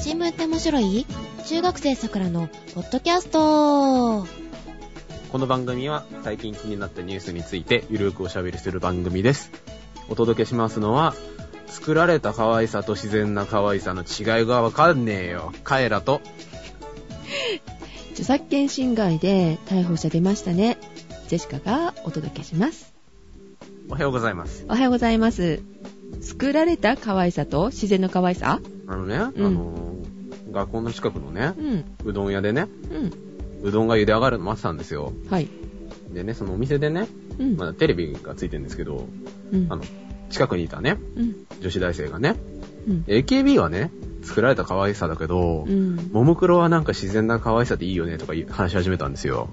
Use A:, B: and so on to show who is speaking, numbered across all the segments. A: 新聞って面白い中学生さくらのポッドキャスト
B: この番組は最近気になったニュースについてゆるくおしゃべりする番組です。お届けしますのは、作られた可愛さと自然な可愛さの違いがわかんねえよ。カエラと、
C: 著作権侵害で逮捕者出ましたね。ジェシカがお届けします。
B: おはようございます。
C: おはようございます。作られた可愛さと自然の可愛さ
B: あのね、あのー、学校の近くのね
C: う、ん。
B: うどん屋でね、
C: うん。
B: うどんが茹で上がるの待ってたんですよ。
C: はい。
B: でね、そのお店でね、
C: うん。
B: まだテレビがついてるんですけど、
C: うん
B: あの、近くにいたね、
C: うん。
B: 女子大生がね、
C: うん。
B: AKB はね、作られた可愛さだけど、
C: うん。
B: ももクロはなんか自然な可愛さでいいよねとか言い話し始めたんです よ。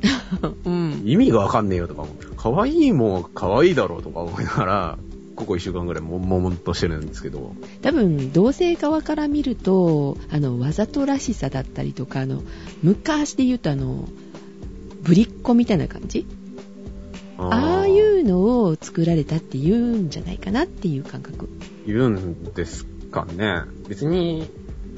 C: うん。
B: 意味がわかんねえよとか思って、可愛いもんは可愛いだろうとか思いながら、ここ一週間ぐらいもんもんとしてるんですけど、
C: 多分、同性側から見ると、あの、わざとらしさだったりとか、あの、昔で言うとあの、ぶりっ子みたいな感じああい
B: ー
C: うのを作られたって言うんじゃないかなっていう感覚。
B: 言うんですかね。別に、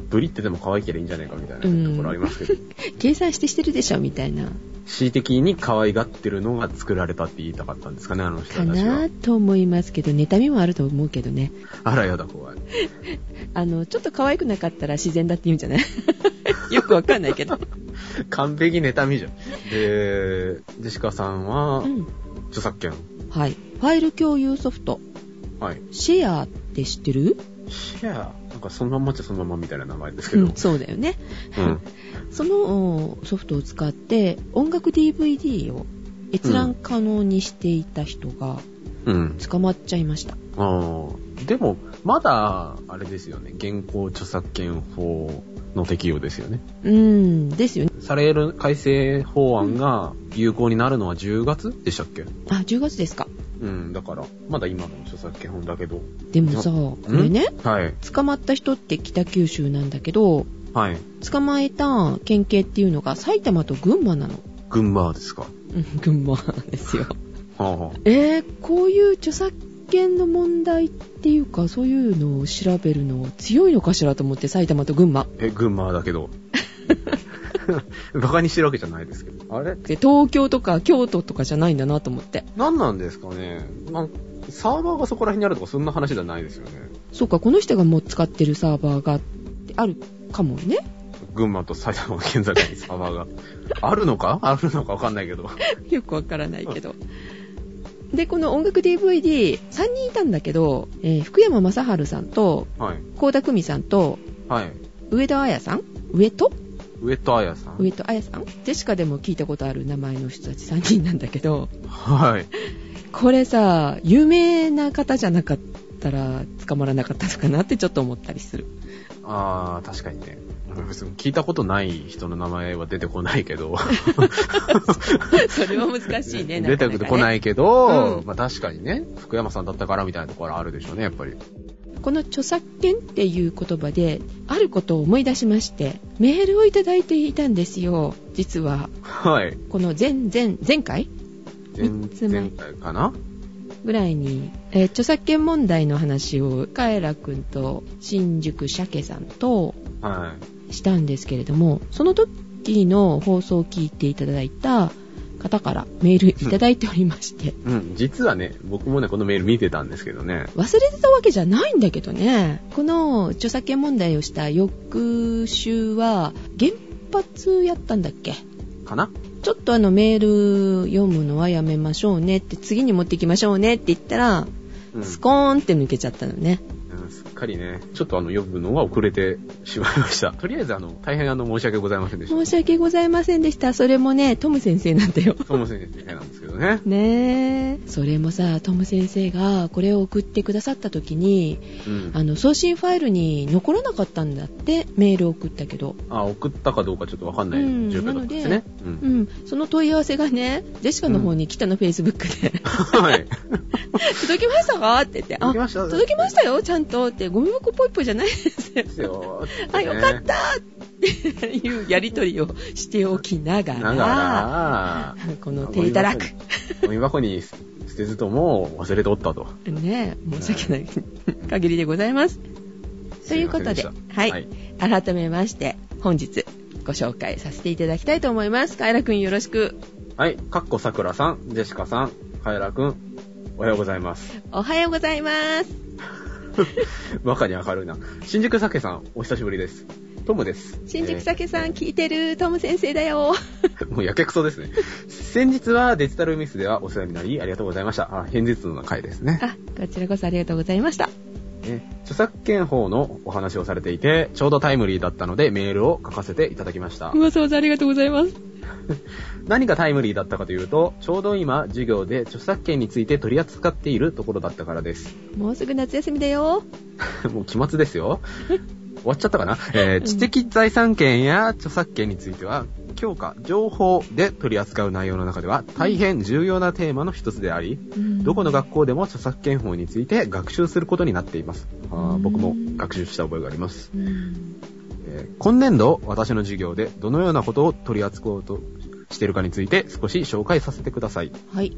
B: ブリってでも可愛ければいいんじゃないかみたいなところありますけど、
C: 計算してしてるでしょみたいな。
B: 恣意的に可愛がってるのが作られたって言いたかったんですかね、あの人
C: か
B: たちは
C: な。と思いますけど、妬みもあると思うけどね。
B: あらやだ怖い。
C: あの、ちょっと可愛くなかったら自然だって言うんじゃない よくわかんないけど。
B: 完璧妬みじゃん。で、ジェシカさんは
C: う、ん。
B: 著作権。
C: はい。ファイル共有ソフト、
B: はい。
C: シェアって知ってる
B: シェア、なんかそのまんまっちゃそのまんまみたいな名前ですけ
C: う
B: ど。
C: ん、そうだよね。
B: うん
C: そのおソフトを使って、音楽 DVD を閲覧可能にしていた人が
B: うん。
C: 捕まっちゃいました。
B: ああ。でも、まだ、あれですよね。現行著作権法の適用ですよね。
C: うん、ですよね。
B: される改正法案が有効になるのは10月でしたっけ
C: あ、10月ですか。
B: うん、だから、まだ今の著作権法だけど。
C: でもさ、これね、
B: はい。
C: 捕まった人って北九州なんだけど、
B: はい。
C: 捕まえた県警っていうのが埼玉と群馬なの。
B: 群馬ですか。
C: うん 群馬なんですよ。
B: は
C: えー、こういう著作権の問題っていうか、そういうのを調べるの強いのかしらと思って、埼玉と群馬。
B: あ、え、群馬だけ ど。バカにしてるわけじゃないですけど。あれ
C: で、東京とか京都とかじゃないんだなと思って。
B: 何なんですかねなんサーバーがそこら辺にあるとかそんな話じゃないですよね。
C: そうか、この人がもう使ってるサーバーがってあるかもね。
B: 群馬と埼玉の県境にサーバーが。 あるのかあるのかわかんないけど。
C: よくわからないけど。で、この音楽 DVD、3人いたんだけど、えー福山雅治さんと、
B: はい。
C: 高田久美さんと、
B: はい。
C: 上戸彩さん上戸
B: 上戸彩さん。
C: 上戸彩さんジェシカでも聞いたことある名前の人たち3人なんだけど、
B: はい。
C: これさ、有名な方じゃなかったら捕まらなかったのかなってちょっと思ったり する。
B: あー、確かにね。別に聞いたことない人の名前は出てこないけど。
C: それは難しいね、。
B: 出てこないいけど、
C: うん
B: まあ確かにね、福山さんだったからみたいなところはあるでしょうね、やっぱり。
C: この著作権っていう言葉で、あることを思い出しまして、メールをいただいていたんですよ。実は、
B: はい。
C: この前、前、前回
B: 前
C: 三つ前
B: 前回かな
C: ぐらいに、えー著作権問題の話を、カエラくんと、新宿鮭さんと、
B: は
C: したんですけれどもその時の放送を聞いていただいた方からメールいただいておりまして
B: い。うん、実はね、僕もね、このメール見てたんですけどね。
C: 忘れてたわけじゃないんだけどねこの著作権問題をした翌週は原発やったんだっけ
B: かな
C: ちょっとあのメール読むのはやめましょうねって次に持ってきましょうねって言ったら、
B: うん。
C: スコーンって抜けちゃったのね
B: うんすっかりね、ちょっとあの、呼ぶのが遅れてしまいました。 とりあえずあの、大変あの、申し訳ございません でした。
C: 申し訳ございませんでしたそれもねトム先生なんだ よ
B: トム先生なんですけどね。
C: ねえそれもさトム先生がこれを送ってくださった時に
B: うん。
C: あの送信ファイルに残らなかったんだってメールを送ったけど、
B: あ、送ったかどうかちょっとわかんない
C: うん
B: 状況だったんですね。う。
C: うんん、その問い合わせがねジェシカの方に来たの、フェイスブックで
B: はい。
C: 届きましたかって言ってあ
B: 届きました
C: 届きましたよちゃんとってゴミ箱ぽいぽいじゃないですよ
B: ですよ。。
C: あよかったっていうやり取りをしておきながら
B: なが
C: この手いただく
B: ら、ゴミ箱に捨てずとも忘れておったと。
C: ねえ申し訳ない限りでございますということで、
B: すいませんした
C: はい、
B: はい
C: 改めまして、本日ご紹介させていただきたいと思います。カエラくんよろしく。
B: はい、かっこさくらさん、ジェシカさん、カエラくん、おはようござい ます。
C: おはようございます。
B: バカに明るいな。新宿酒さん、お久しぶりです。トムです。
C: 新宿酒さん聞いてる、トム先生だよ。
B: え ーもうやけくそですね。先日はデジタルミスではお世話になり、ありがとうございました。あ、変日の回ですね。
C: あ、こちらこそありがとうございました。
B: えー著作権法のお話をされていて、ちょうどタイムリーだったのでメールを書かせていただきました。
C: わざわざありがとうございます。
B: 何がタイムリーだったかというと、ちょうど今、授業で著作権について取り扱っているところだったからです。
C: もうすぐ夏休みだよ。
B: もう期末ですよ。終わっちゃったかな、えー知的財産権や著作権については、強化、情報で取り扱う内容の中では大変重要なテーマの一つであり、どこの学校でも著作権法について学習することになっています。あー僕も学習した覚えがあります。
C: うん
B: えー今年度、私の授業でどのようなことを取り扱おうとしているかについて少し紹介させてください。
C: はい。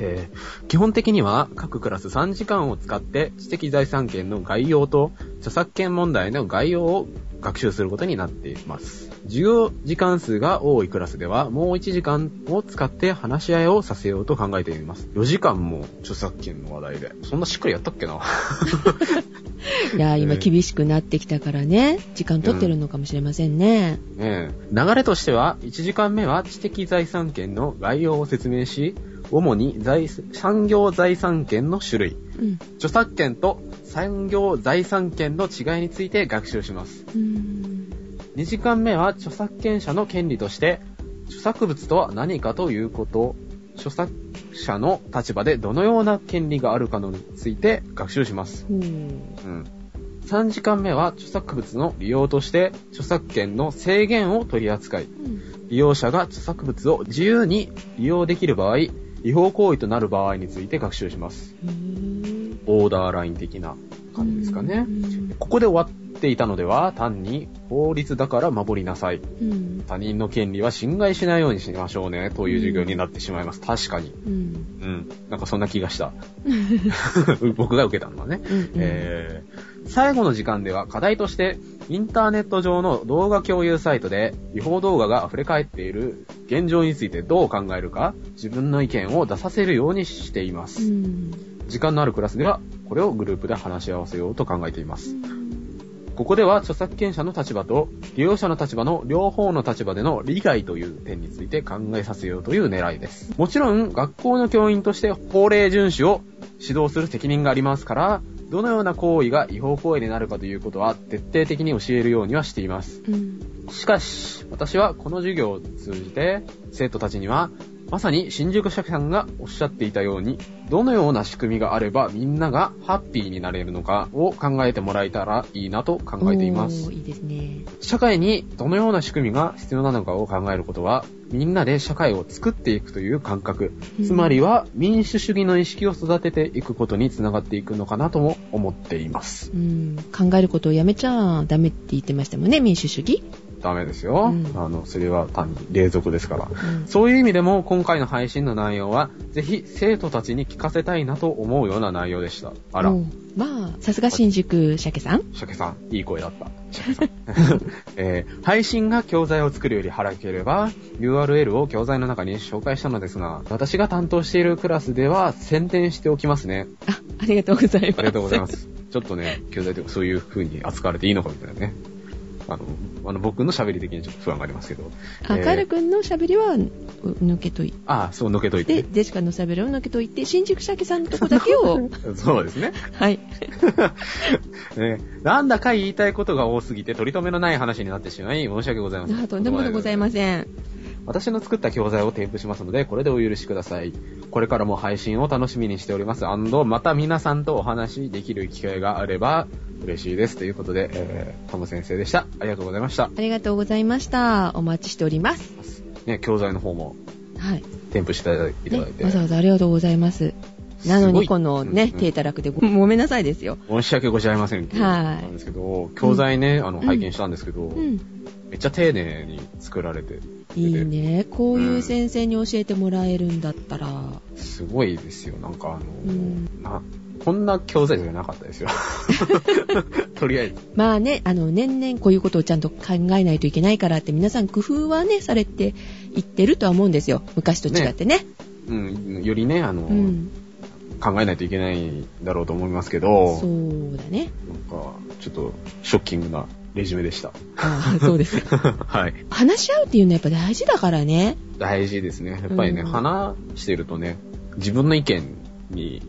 B: えー基本的には各クラス3時間を使って知的財産権の概要と著作権問題の概要を学習することになっています。授業時間数が多いクラスではもう1時間を使って話し合いをさせようと考えています。4時間も著作権の話題で。そんなしっかりやったっけな
C: いやー、今
B: えー
C: 厳しくなってきたからね、時間取ってるのかもしれませんね。
B: ねえ流れとしては1時間目は知的財産権の概要を説明し、主に財産業財産権の種類、
C: うん。
B: 著作権と産業財産権の違いについて学習します。
C: うん。
B: 2時間目は著作権者の権利として、著作物とは何かということ、著作者の立場でどのような権利があるかのについて学習します。
C: ほう
B: うん。3時間目は著作物の利用として、著作権の制限を取り扱い、利用者が著作物を自由に利用できる場合、違法行為となる場合について学習します。
C: うん。
B: オーダーライン的な感じですかね。
C: うん
B: ここで終わっていたのでは、単に法律だから守りなさい。
C: うん。
B: 他人の権利は侵害しないようにしましょうね、という授業になってしまいます。確かに。
C: うん。
B: うん。なんかそんな気がした。 僕が受けたのはね。
C: うん
B: えー、最後の時間では課題として、インターネット上の動画共有サイトで違法動画が溢れ返っている現状についてどう考えるか、自分の意見を出させるようにしていま
C: う
B: す。
C: ん。
B: 時間のあるクラスでは、これをグループで話し合わせようと考えています。ここでは著作権者の立場と利用者の立場の両方の立場での理解という点について考えさせようという狙いです。もちろん学校の教員として法令遵守を指導する責任がありますから、どのような行為が違法行為になるかということは徹底的に教えるようにはしています。
C: うん。
B: しかし、私はこの授業を通じて、生徒たちには、まさに新宿社さんがおっしゃっていたように、どのような仕組みがあればみんながハッピーになれるのかを考えてもらえたらいいなと考えています
C: おー。いいですね。
B: 社会にどのような仕組みが必要なのかを考えることは、みんなで社会を作っていくという感覚、つまりは民主主義の意識を育てていくことにつながっていくのかなとも思っています。
C: うん。考えることをやめちゃダメって言ってましたもんね、民主主義。
B: ダメですよ。
C: うん
B: あの、それは単に冷蔵庫ですから。
C: うん
B: そういう意味でも今回の配信の内容は、ぜひ生徒たちに聞かせたいなと思うような内容でした。あら
C: お、ーまあ、さすが新宿鮭さん。
B: 鮭さん、いい声だった。鮭さん。 えー配信が教材を作るより腹ければ、URL を教材の中に紹介したのですが、私が担当しているクラスでは宣伝しておきますね。
C: あ、ありがとうございます。
B: ありがとうございま。す。ちょっとね、教材とかそういう風に扱われていいのかみたいなね。あの、あの僕の喋り的にちょっと不安がありますけど。
C: あ
B: えー
C: カエル君の喋りはう抜けとい
B: ああ、そう、のけとい
C: て、
B: て。
C: ジェシカの喋りを抜けといて、新宿鮭さんのとこだけを、
B: そうですね。
C: はい。
B: ね、なんだか言いたいことが多すぎて、取り留めのない話になってしまい、申し訳ございません。
C: あとんでもございません。
B: 私の作った教材を添付しますので、これでお許しください。これからも配信を楽しみにしております。and また皆さんとお話しできる機会があれば嬉しいです。ということで、えー、トム先生でした。ありがとうございました。
C: ありがとうございました。お待ちしております。
B: ね、教材の方も
C: はい。
B: 添付していただいて。
C: ね、わざわざありがとうございます。なの
B: すご
C: に、
B: い
C: このね、
B: うんうん
C: 低たらくでごごめんなさいですよ。
B: 申し訳ございませんっていう
C: はい
B: なんですけど、教材ね、あの、
C: うん
B: 拝見したんですけど、
C: うん。
B: めっちゃ丁寧に作られて、
C: いいね。こういう先生に教えてもらえるんだったら。
B: すごいですよ。なんかあの、
C: ん
B: なこんな教材じゃなかったですよ。とりあえず。
C: まあね、あの、年々こういうことをちゃんと考えないといけないからって皆さん工夫はね、されていってるとは思うんですよ。昔と違ってね。
B: うん、よりね、あの、
C: うん。
B: 考えないといけないだろうと思いますけど、
C: そうだ ね。
B: なんか、ちょっと、ショッキングなレジュメで した。
C: ああ、そうですか。
B: はい。
C: 話し合うっていうのはやっぱ大事だからね。
B: 大事ですね。やっぱりね、
C: うん
B: 話してるとね、自分の意見に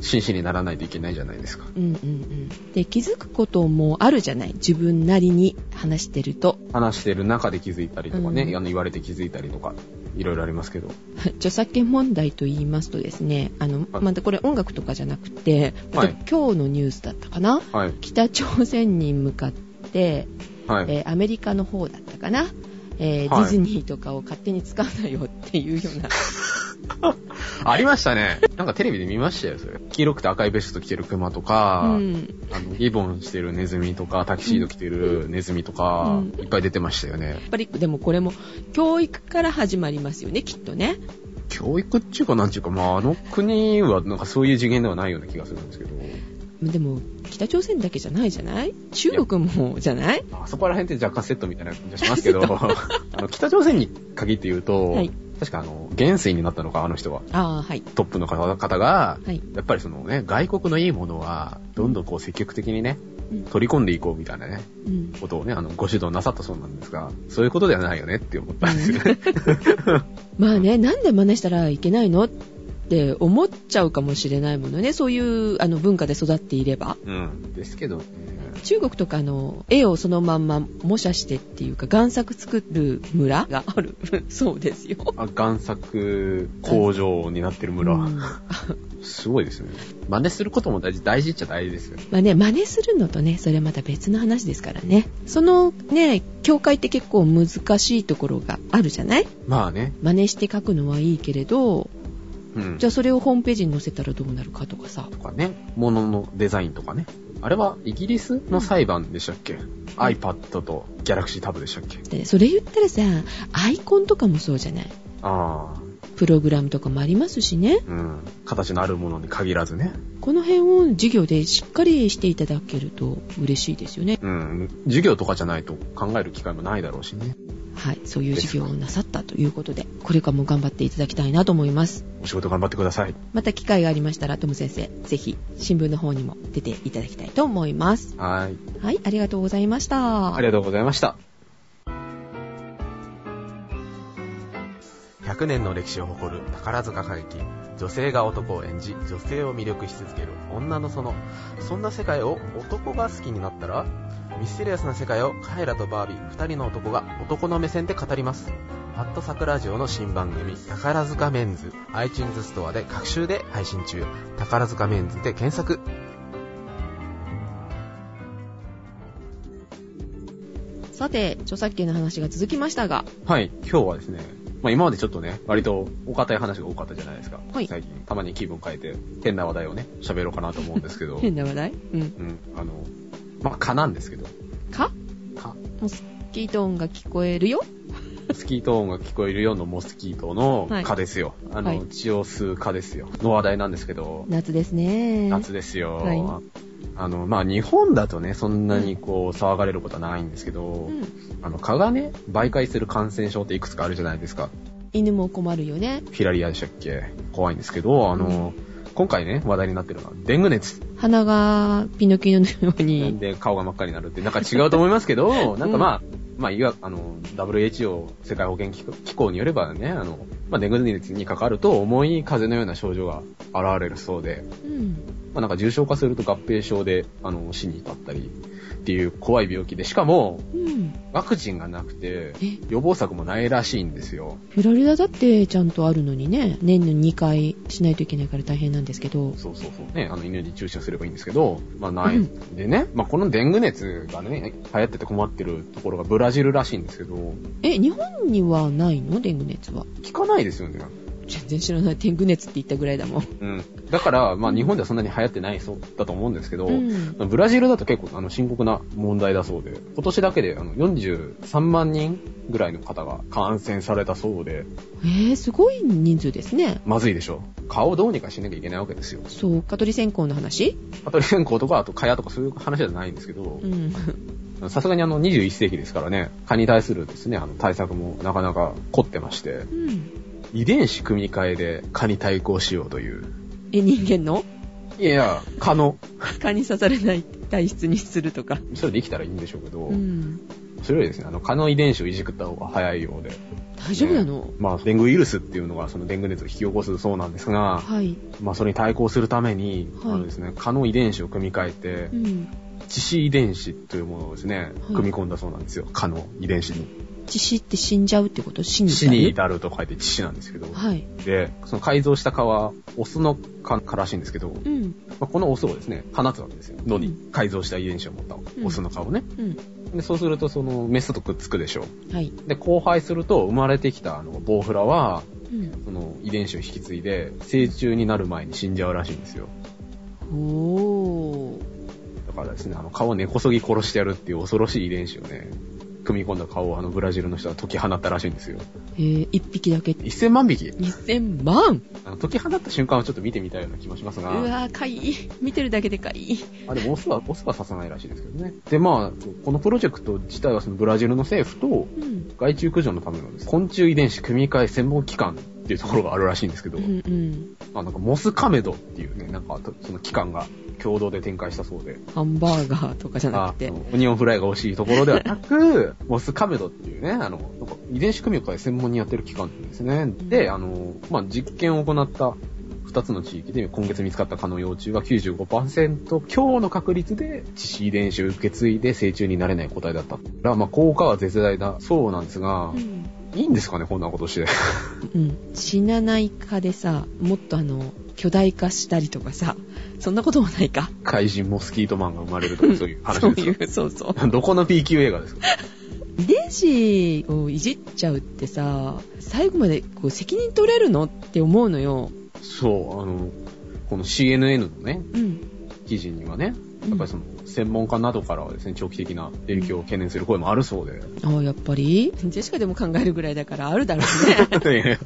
B: 真摯にならないといけないじゃないですか。
C: うんうんうん。で、気づくこともあるじゃない。自分なりに話してると。
B: 話してる中で気づいたりとかね、
C: うん
B: あの言われて気づいたりとか、いろいろありますけど。
C: 著作権問題と言いますとですね、あの、
B: はい
C: またこれ音楽とかじゃなくて、また
B: はい
C: 今日のニュースだったかな。
B: はい。
C: 北朝鮮に向かって、
B: はい。
C: えーアメリカの方だったかな、えー
B: はい
C: ディズニーとかを勝手に使うなよっていうような
B: ありましたね。なんかテレビで見ましたよ、それ。黄色くて赤いベスト着てるクマとか、
C: うん
B: あの、リボンしてるネズミとか、タキシード着てるネズミとか、
C: うん
B: いっぱい出てましたよね
C: や。っぱりでもこれも教育から始まりますよねきっとね
B: 教育っていうか、なんていうか、まあ、あの国はなんかそういう次元ではないような気がするんですけど、
C: でも北朝鮮だけじゃないじゃない中国もじゃない
B: あそこら辺って若干セットみたいな感じがしますけど、 あの北朝鮮に限って言うと、
C: はい
B: 確かあの、元帥になったのか、あの人は。
C: ああはい
B: トップの方方が、
C: はい
B: やっぱりそのね、外国のいいものは、どんどんこう積極的にね、
C: うん
B: 取り込んでいこうみたいなね、
C: うん
B: ことをね、あの、ご指導なさったそうなんですが、そういうことではないよねって思ったんですよね。
C: まあねなんで真似したらいけないのって思っちゃうかもしれないものねそういうあの文化で育っていれば
B: うん。ですけど、ね、
C: 中国とかあの絵をそのまんま模写してっていうか贋作作る村がある そうですよ
B: あ、贋作工場になってる村。
C: うんます
B: ごいですね。真似することも大事、大事っちゃ大事ですよね。
C: あね真似するのとねそれまた別の話ですからねそのね境界って結構難しいところがあるじゃない
B: まあね。
C: 真似して書くのはいいけれど
B: うん。
C: じゃあそれをホームページに載せたらどうなるかとかさ
B: とかね、もののデザインとかね。あれはイギリスの裁判でしたっけ、?iPad と Galaxy Tab でしたっけ
C: でそれ言ったらさアイコンとかもそうじゃない
B: ああ、
C: プログラムとかもありますしね
B: うん。形のあるものに限らずね。
C: この辺を授業でしっかりしていただけると嬉しいですよね
B: うん。授業とかじゃないと考える機会もないだろうしね。
C: はい、そういう授業をなさったということで、これからも頑張っていただきたいなと思います。
B: お仕事頑張ってください。
C: また機会がありましたら、トム先生、ぜひ新聞の方にも出ていただきたいと思います。
B: はい。
C: はい、ありがとうございました。
B: ありがとうございました。100年の歴史を誇る宝塚歌劇、女性が男を演じ、女性を魅力し続ける女の園。そんな世界を男が好きになったら、ミステリアスな世界をカエラとバービー2人の男が男の目線で語ります。パッと桜ジオの新番組、宝塚メンズ、iTunes ストアで各週で配信中。宝塚メンズで検索。
C: さて、著作権の話が続きましたが、
B: はい、今日はですね、まあ今までちょっとね、割とお堅い話が多かったじゃないですか。
C: はい
B: 最近、たまに気分変えて、変な話題をね、喋ろうかなと思うんですけど、
C: 変な話題うん。
B: うん、あの、まあ、蚊なんですけど、
C: か
B: 蚊。
C: モスキート音が聞こえるよ
B: スキート音が聞こえるようなモスキートの
C: はい
B: 蚊ですよ。あの、
C: はい
B: 血を吸う蚊ですよ。の話題なんですけど、
C: 夏ですね。
B: 夏ですよ。
C: はい
B: あの、まあ、日本だとね、そんなにこう、騒がれることはないんですけど、
C: うん。
B: あの、蚊がね、媒介する感染症っていくつかあるじゃないですか。
C: 犬も困るよね。
B: フィラリアでしたっけ怖いんですけど、あの、今回ね、話題になってるのは、デング熱。
C: 鼻がピノキノのよう
B: なん
C: に。
B: で顔が真っ赤になるって、なんか違うと思いますけど、なんかまあ、まあ、いわ、あの、WHO、世界保健機機構によればね、あの、まあ、デング熱にかかると重い風邪のような症状が現れるそうで、
C: うん。
B: まあ、なんか重症化すると合併症で、あの、死に至ったりっていう怖い病気で、しかも、
C: うん。
B: ワクチンがなくて
C: え、
B: 予防策もないらしいんですよ。
C: フィラリダだってちゃんとあるのにね、年に2回しないといけないから大変なんですけど、
B: そうそうそう。ね、あの、犬に注射すればいいんですけど、まあ、ない。
C: うん
B: でね、まあ、このデング熱がね、流行ってて困ってるところがブラジルらしいんですけど、
C: え、日本にはないのデング熱は。
B: 効かないですよね。
C: 全然知らない天狗熱って言ったぐらいだもん、
B: うん。だから、まあ日本ではそんなに流行ってないそうだと思うんですけど、
C: うん
B: ブラジルだと結構あの深刻な問題だそうで、今年だけであの43万人ぐらいの方が感染されたそうで、
C: えー、すごい人数ですね
B: まずいでしょ。顔をどうにかしなきゃいけないわけですよ。
C: そう蚊取り線香の話
B: パトリ線香とか、あと蚊帳とかそういう話じゃないんですけど
C: う、ん
B: さすがにあの21世紀ですからね、蚊に対するですね、あの対策もなかなか凝ってまして、
C: うん
B: 遺伝子組み換えで蚊に対抗しようという。
C: え人間の
B: いやいや、蚊の、
C: 蚊に刺されない体質にするとか
B: それで生きたらいいんでしょうけど、
C: うん
B: それよりですね、あの蚊の遺伝子をいじくった方が早いようで。
C: 大丈夫なの、
B: ねまあ、デングウイルスっていうのがそのデング熱を引き起こすそうなんですが、
C: はい、
B: まあ、それに対抗するために、
C: はい
B: あのですね、蚊の遺伝子を組み替えて、
C: うん、
B: 致死遺伝子というものをですね、組み込んだそうなんですよ。蚊の遺伝子に。
C: 致死って死んじゃうってこと死に至
B: 死
C: る
B: に至ると書いて致死なんですけど。
C: はい
B: で、その改造した蚊は、オスの蚊からしいんですけど、ま
C: うん
B: あこのオスをですね、放つわけですよ。脳に改造した遺伝子を持った
C: うん
B: オスの蚊をね。
C: うん
B: で、そうすると、その、メスとくっつくでしょ
C: はい、
B: う。で、交配すると、生まれてきた、あの、ボウフラは、
C: うん、
B: その、遺伝子を引き継いで、成虫になる前に死んじゃうらしいんですよ。
C: おー
B: だからですね、あの、顔を根こそぎ殺してやるっていう恐ろしい遺伝子をね、組み込んだ顔をあのブラジルの人は解き放ったらしいんですよ。
C: えー、1匹だけ
B: 1000万匹
C: 2000万
B: あの解き放った瞬間をちょっと見てみたいような気もします
C: う
B: が、
C: わーかい見てるだけでかい
B: あでもオスは、オスは刺さないらしいですけどね。で、まあ、このプロジェクト自体はそのブラジルの政府と
C: うん
B: 害虫駆除のためのです昆虫遺伝子組み換え専門機関っていうところがあるらしいんですけど、
C: うんうん
B: まあなんかモスカメドっていうね、なんかその機関が共同で展開したそうで、
C: ハンバーガーとかじゃなくて
B: あのオニオンフライが美味しいところではなく、 モスカメドっていうね、あの、なんか遺伝子組み換え専門にやってる機関なんですね。で、あの、まあ、実験を行った2つの地域で今月見つかった蚊の幼虫は95%強の確率で致死遺伝子を受け継いで成虫になれない個体だった。だから、まあ、効果は絶大だそうなんですが
C: う、ん
B: いいんですかね、こんなことして。
C: うん、死なない蚊でさもっとあの巨大化したりとかさそんなこともないか
B: 怪人モスキートマンが生まれるとか、そういう話
C: そう
B: です
C: い
B: よ
C: うそうそう
B: どこの B 級映画ですか
C: 遺伝子をいじっちゃうってさ最後までこう責任取れるのって思うのよ
B: そう、あの、この CNN のね、
C: うん
B: 記事にはね、
C: うん
B: やっぱりその、専門家などからはですね、長期的な影響を懸念する声もあるそうで。
C: ああやっぱりジェシカでも考えるぐらいだからあるだろう ね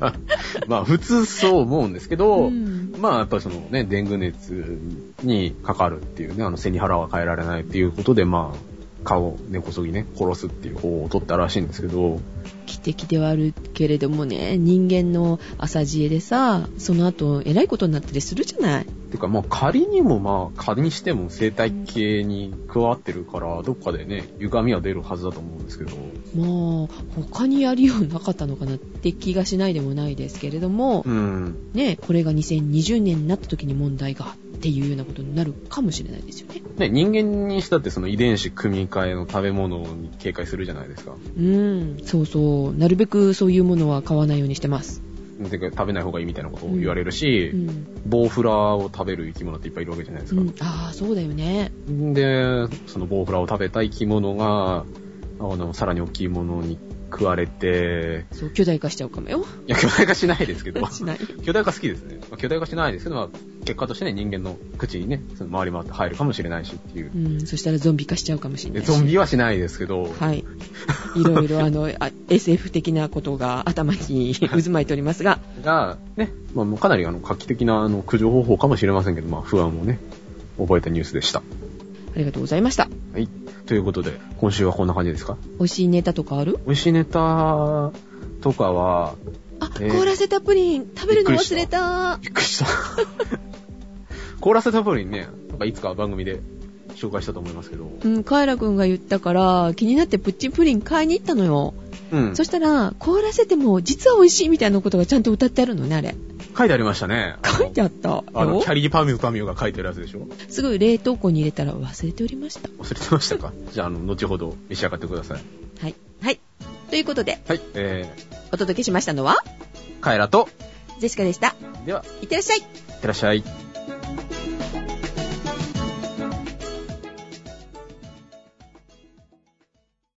B: まあ、普通そう思うんですけど、
C: うん
B: まあ、やっぱりそのね、デング熱にかかるっていうね、あの、背に腹は変えられないっていうことで、まあ、顔を根こそぎね、殺すっていう方法を取ったらしいんですけど、
C: 奇跡ではあるけれどもね人間の朝知恵でさその後えらいことになったりするじゃない
B: てか、まあ、仮にもまあ、仮にしても生態系に加わってるから、どっかでね、歪みは出るはずだと思うんですけど、
C: まあ他にやりようなかったのかなって気がしないでもないですけれども、
B: うん、
C: ねこれが2020年になった時に問題がっていうようなことになるかもしれないですよね
B: ね、人間にしたってその遺伝子組み換えの食べ物に警戒するじゃないですか。
C: うんそうそうなるべくそういうものは買わないようにしてます
B: てか食べない方がいいみたいなことを言われるし、
C: うん、
B: ボウフラを食べる生き物っていっぱいいるわけじゃないです
C: う
B: か。
C: ん、ああそうだよね
B: で、そのボウフラを食べた生き物が、あの、さらに大きいものに食われて、
C: そう巨大化しちゃうかも よ
B: いや、巨大化しないですけど、
C: しない
B: 巨大化好きですね。まあ巨大化しないですけど、まあ結果としてね、人間の口にね、その回り回って入るかもしれないしっていう
C: う。んそしたらゾンビ化しちゃうかもしれな
B: で
C: いし
B: ゾンビはしないですけど、
C: はい。いろいろあの、あ SF 的なことが頭 に渦巻いておりますが、
B: が、ね、まあ、もうかなりあの画期的なあの駆除方法かもしれませんけど、まあ、不安をね、覚えたニュースでした。
C: ありがとうございました。
B: はい。ということで、今週はこんな感じですか
C: 美味しいネタとかある
B: 美味しいネタとかは、
C: あ、
B: えー
C: 凍らせたプリン食べるの忘れた
B: びっくり した。凍らせたプリンね、なんかいつか番組で紹介したと思いますけど、
C: うん、カエラくんが言ったから、気になってプッチンプリン買いに行ったのよ。
B: うん。
C: そしたら、凍らせても、実は美味しいみたいなことがちゃんと歌ってあるのね、あれ。
B: 書いてありましたね。
C: 書いてあったよ。
B: あの、キャリーパミュパミュが書いてるやつでしょ
C: すぐ冷凍庫に入れたら忘れておりました。
B: 忘れてましたかじゃあ、あの、後ほど召し上がってください。
C: はい。はい。ということで、
B: はい。え
C: お届けしましたのは、
B: ー、カエラと、
C: ジェシカでした。
B: では、
C: いってらっしゃい
B: いってらっしゃい。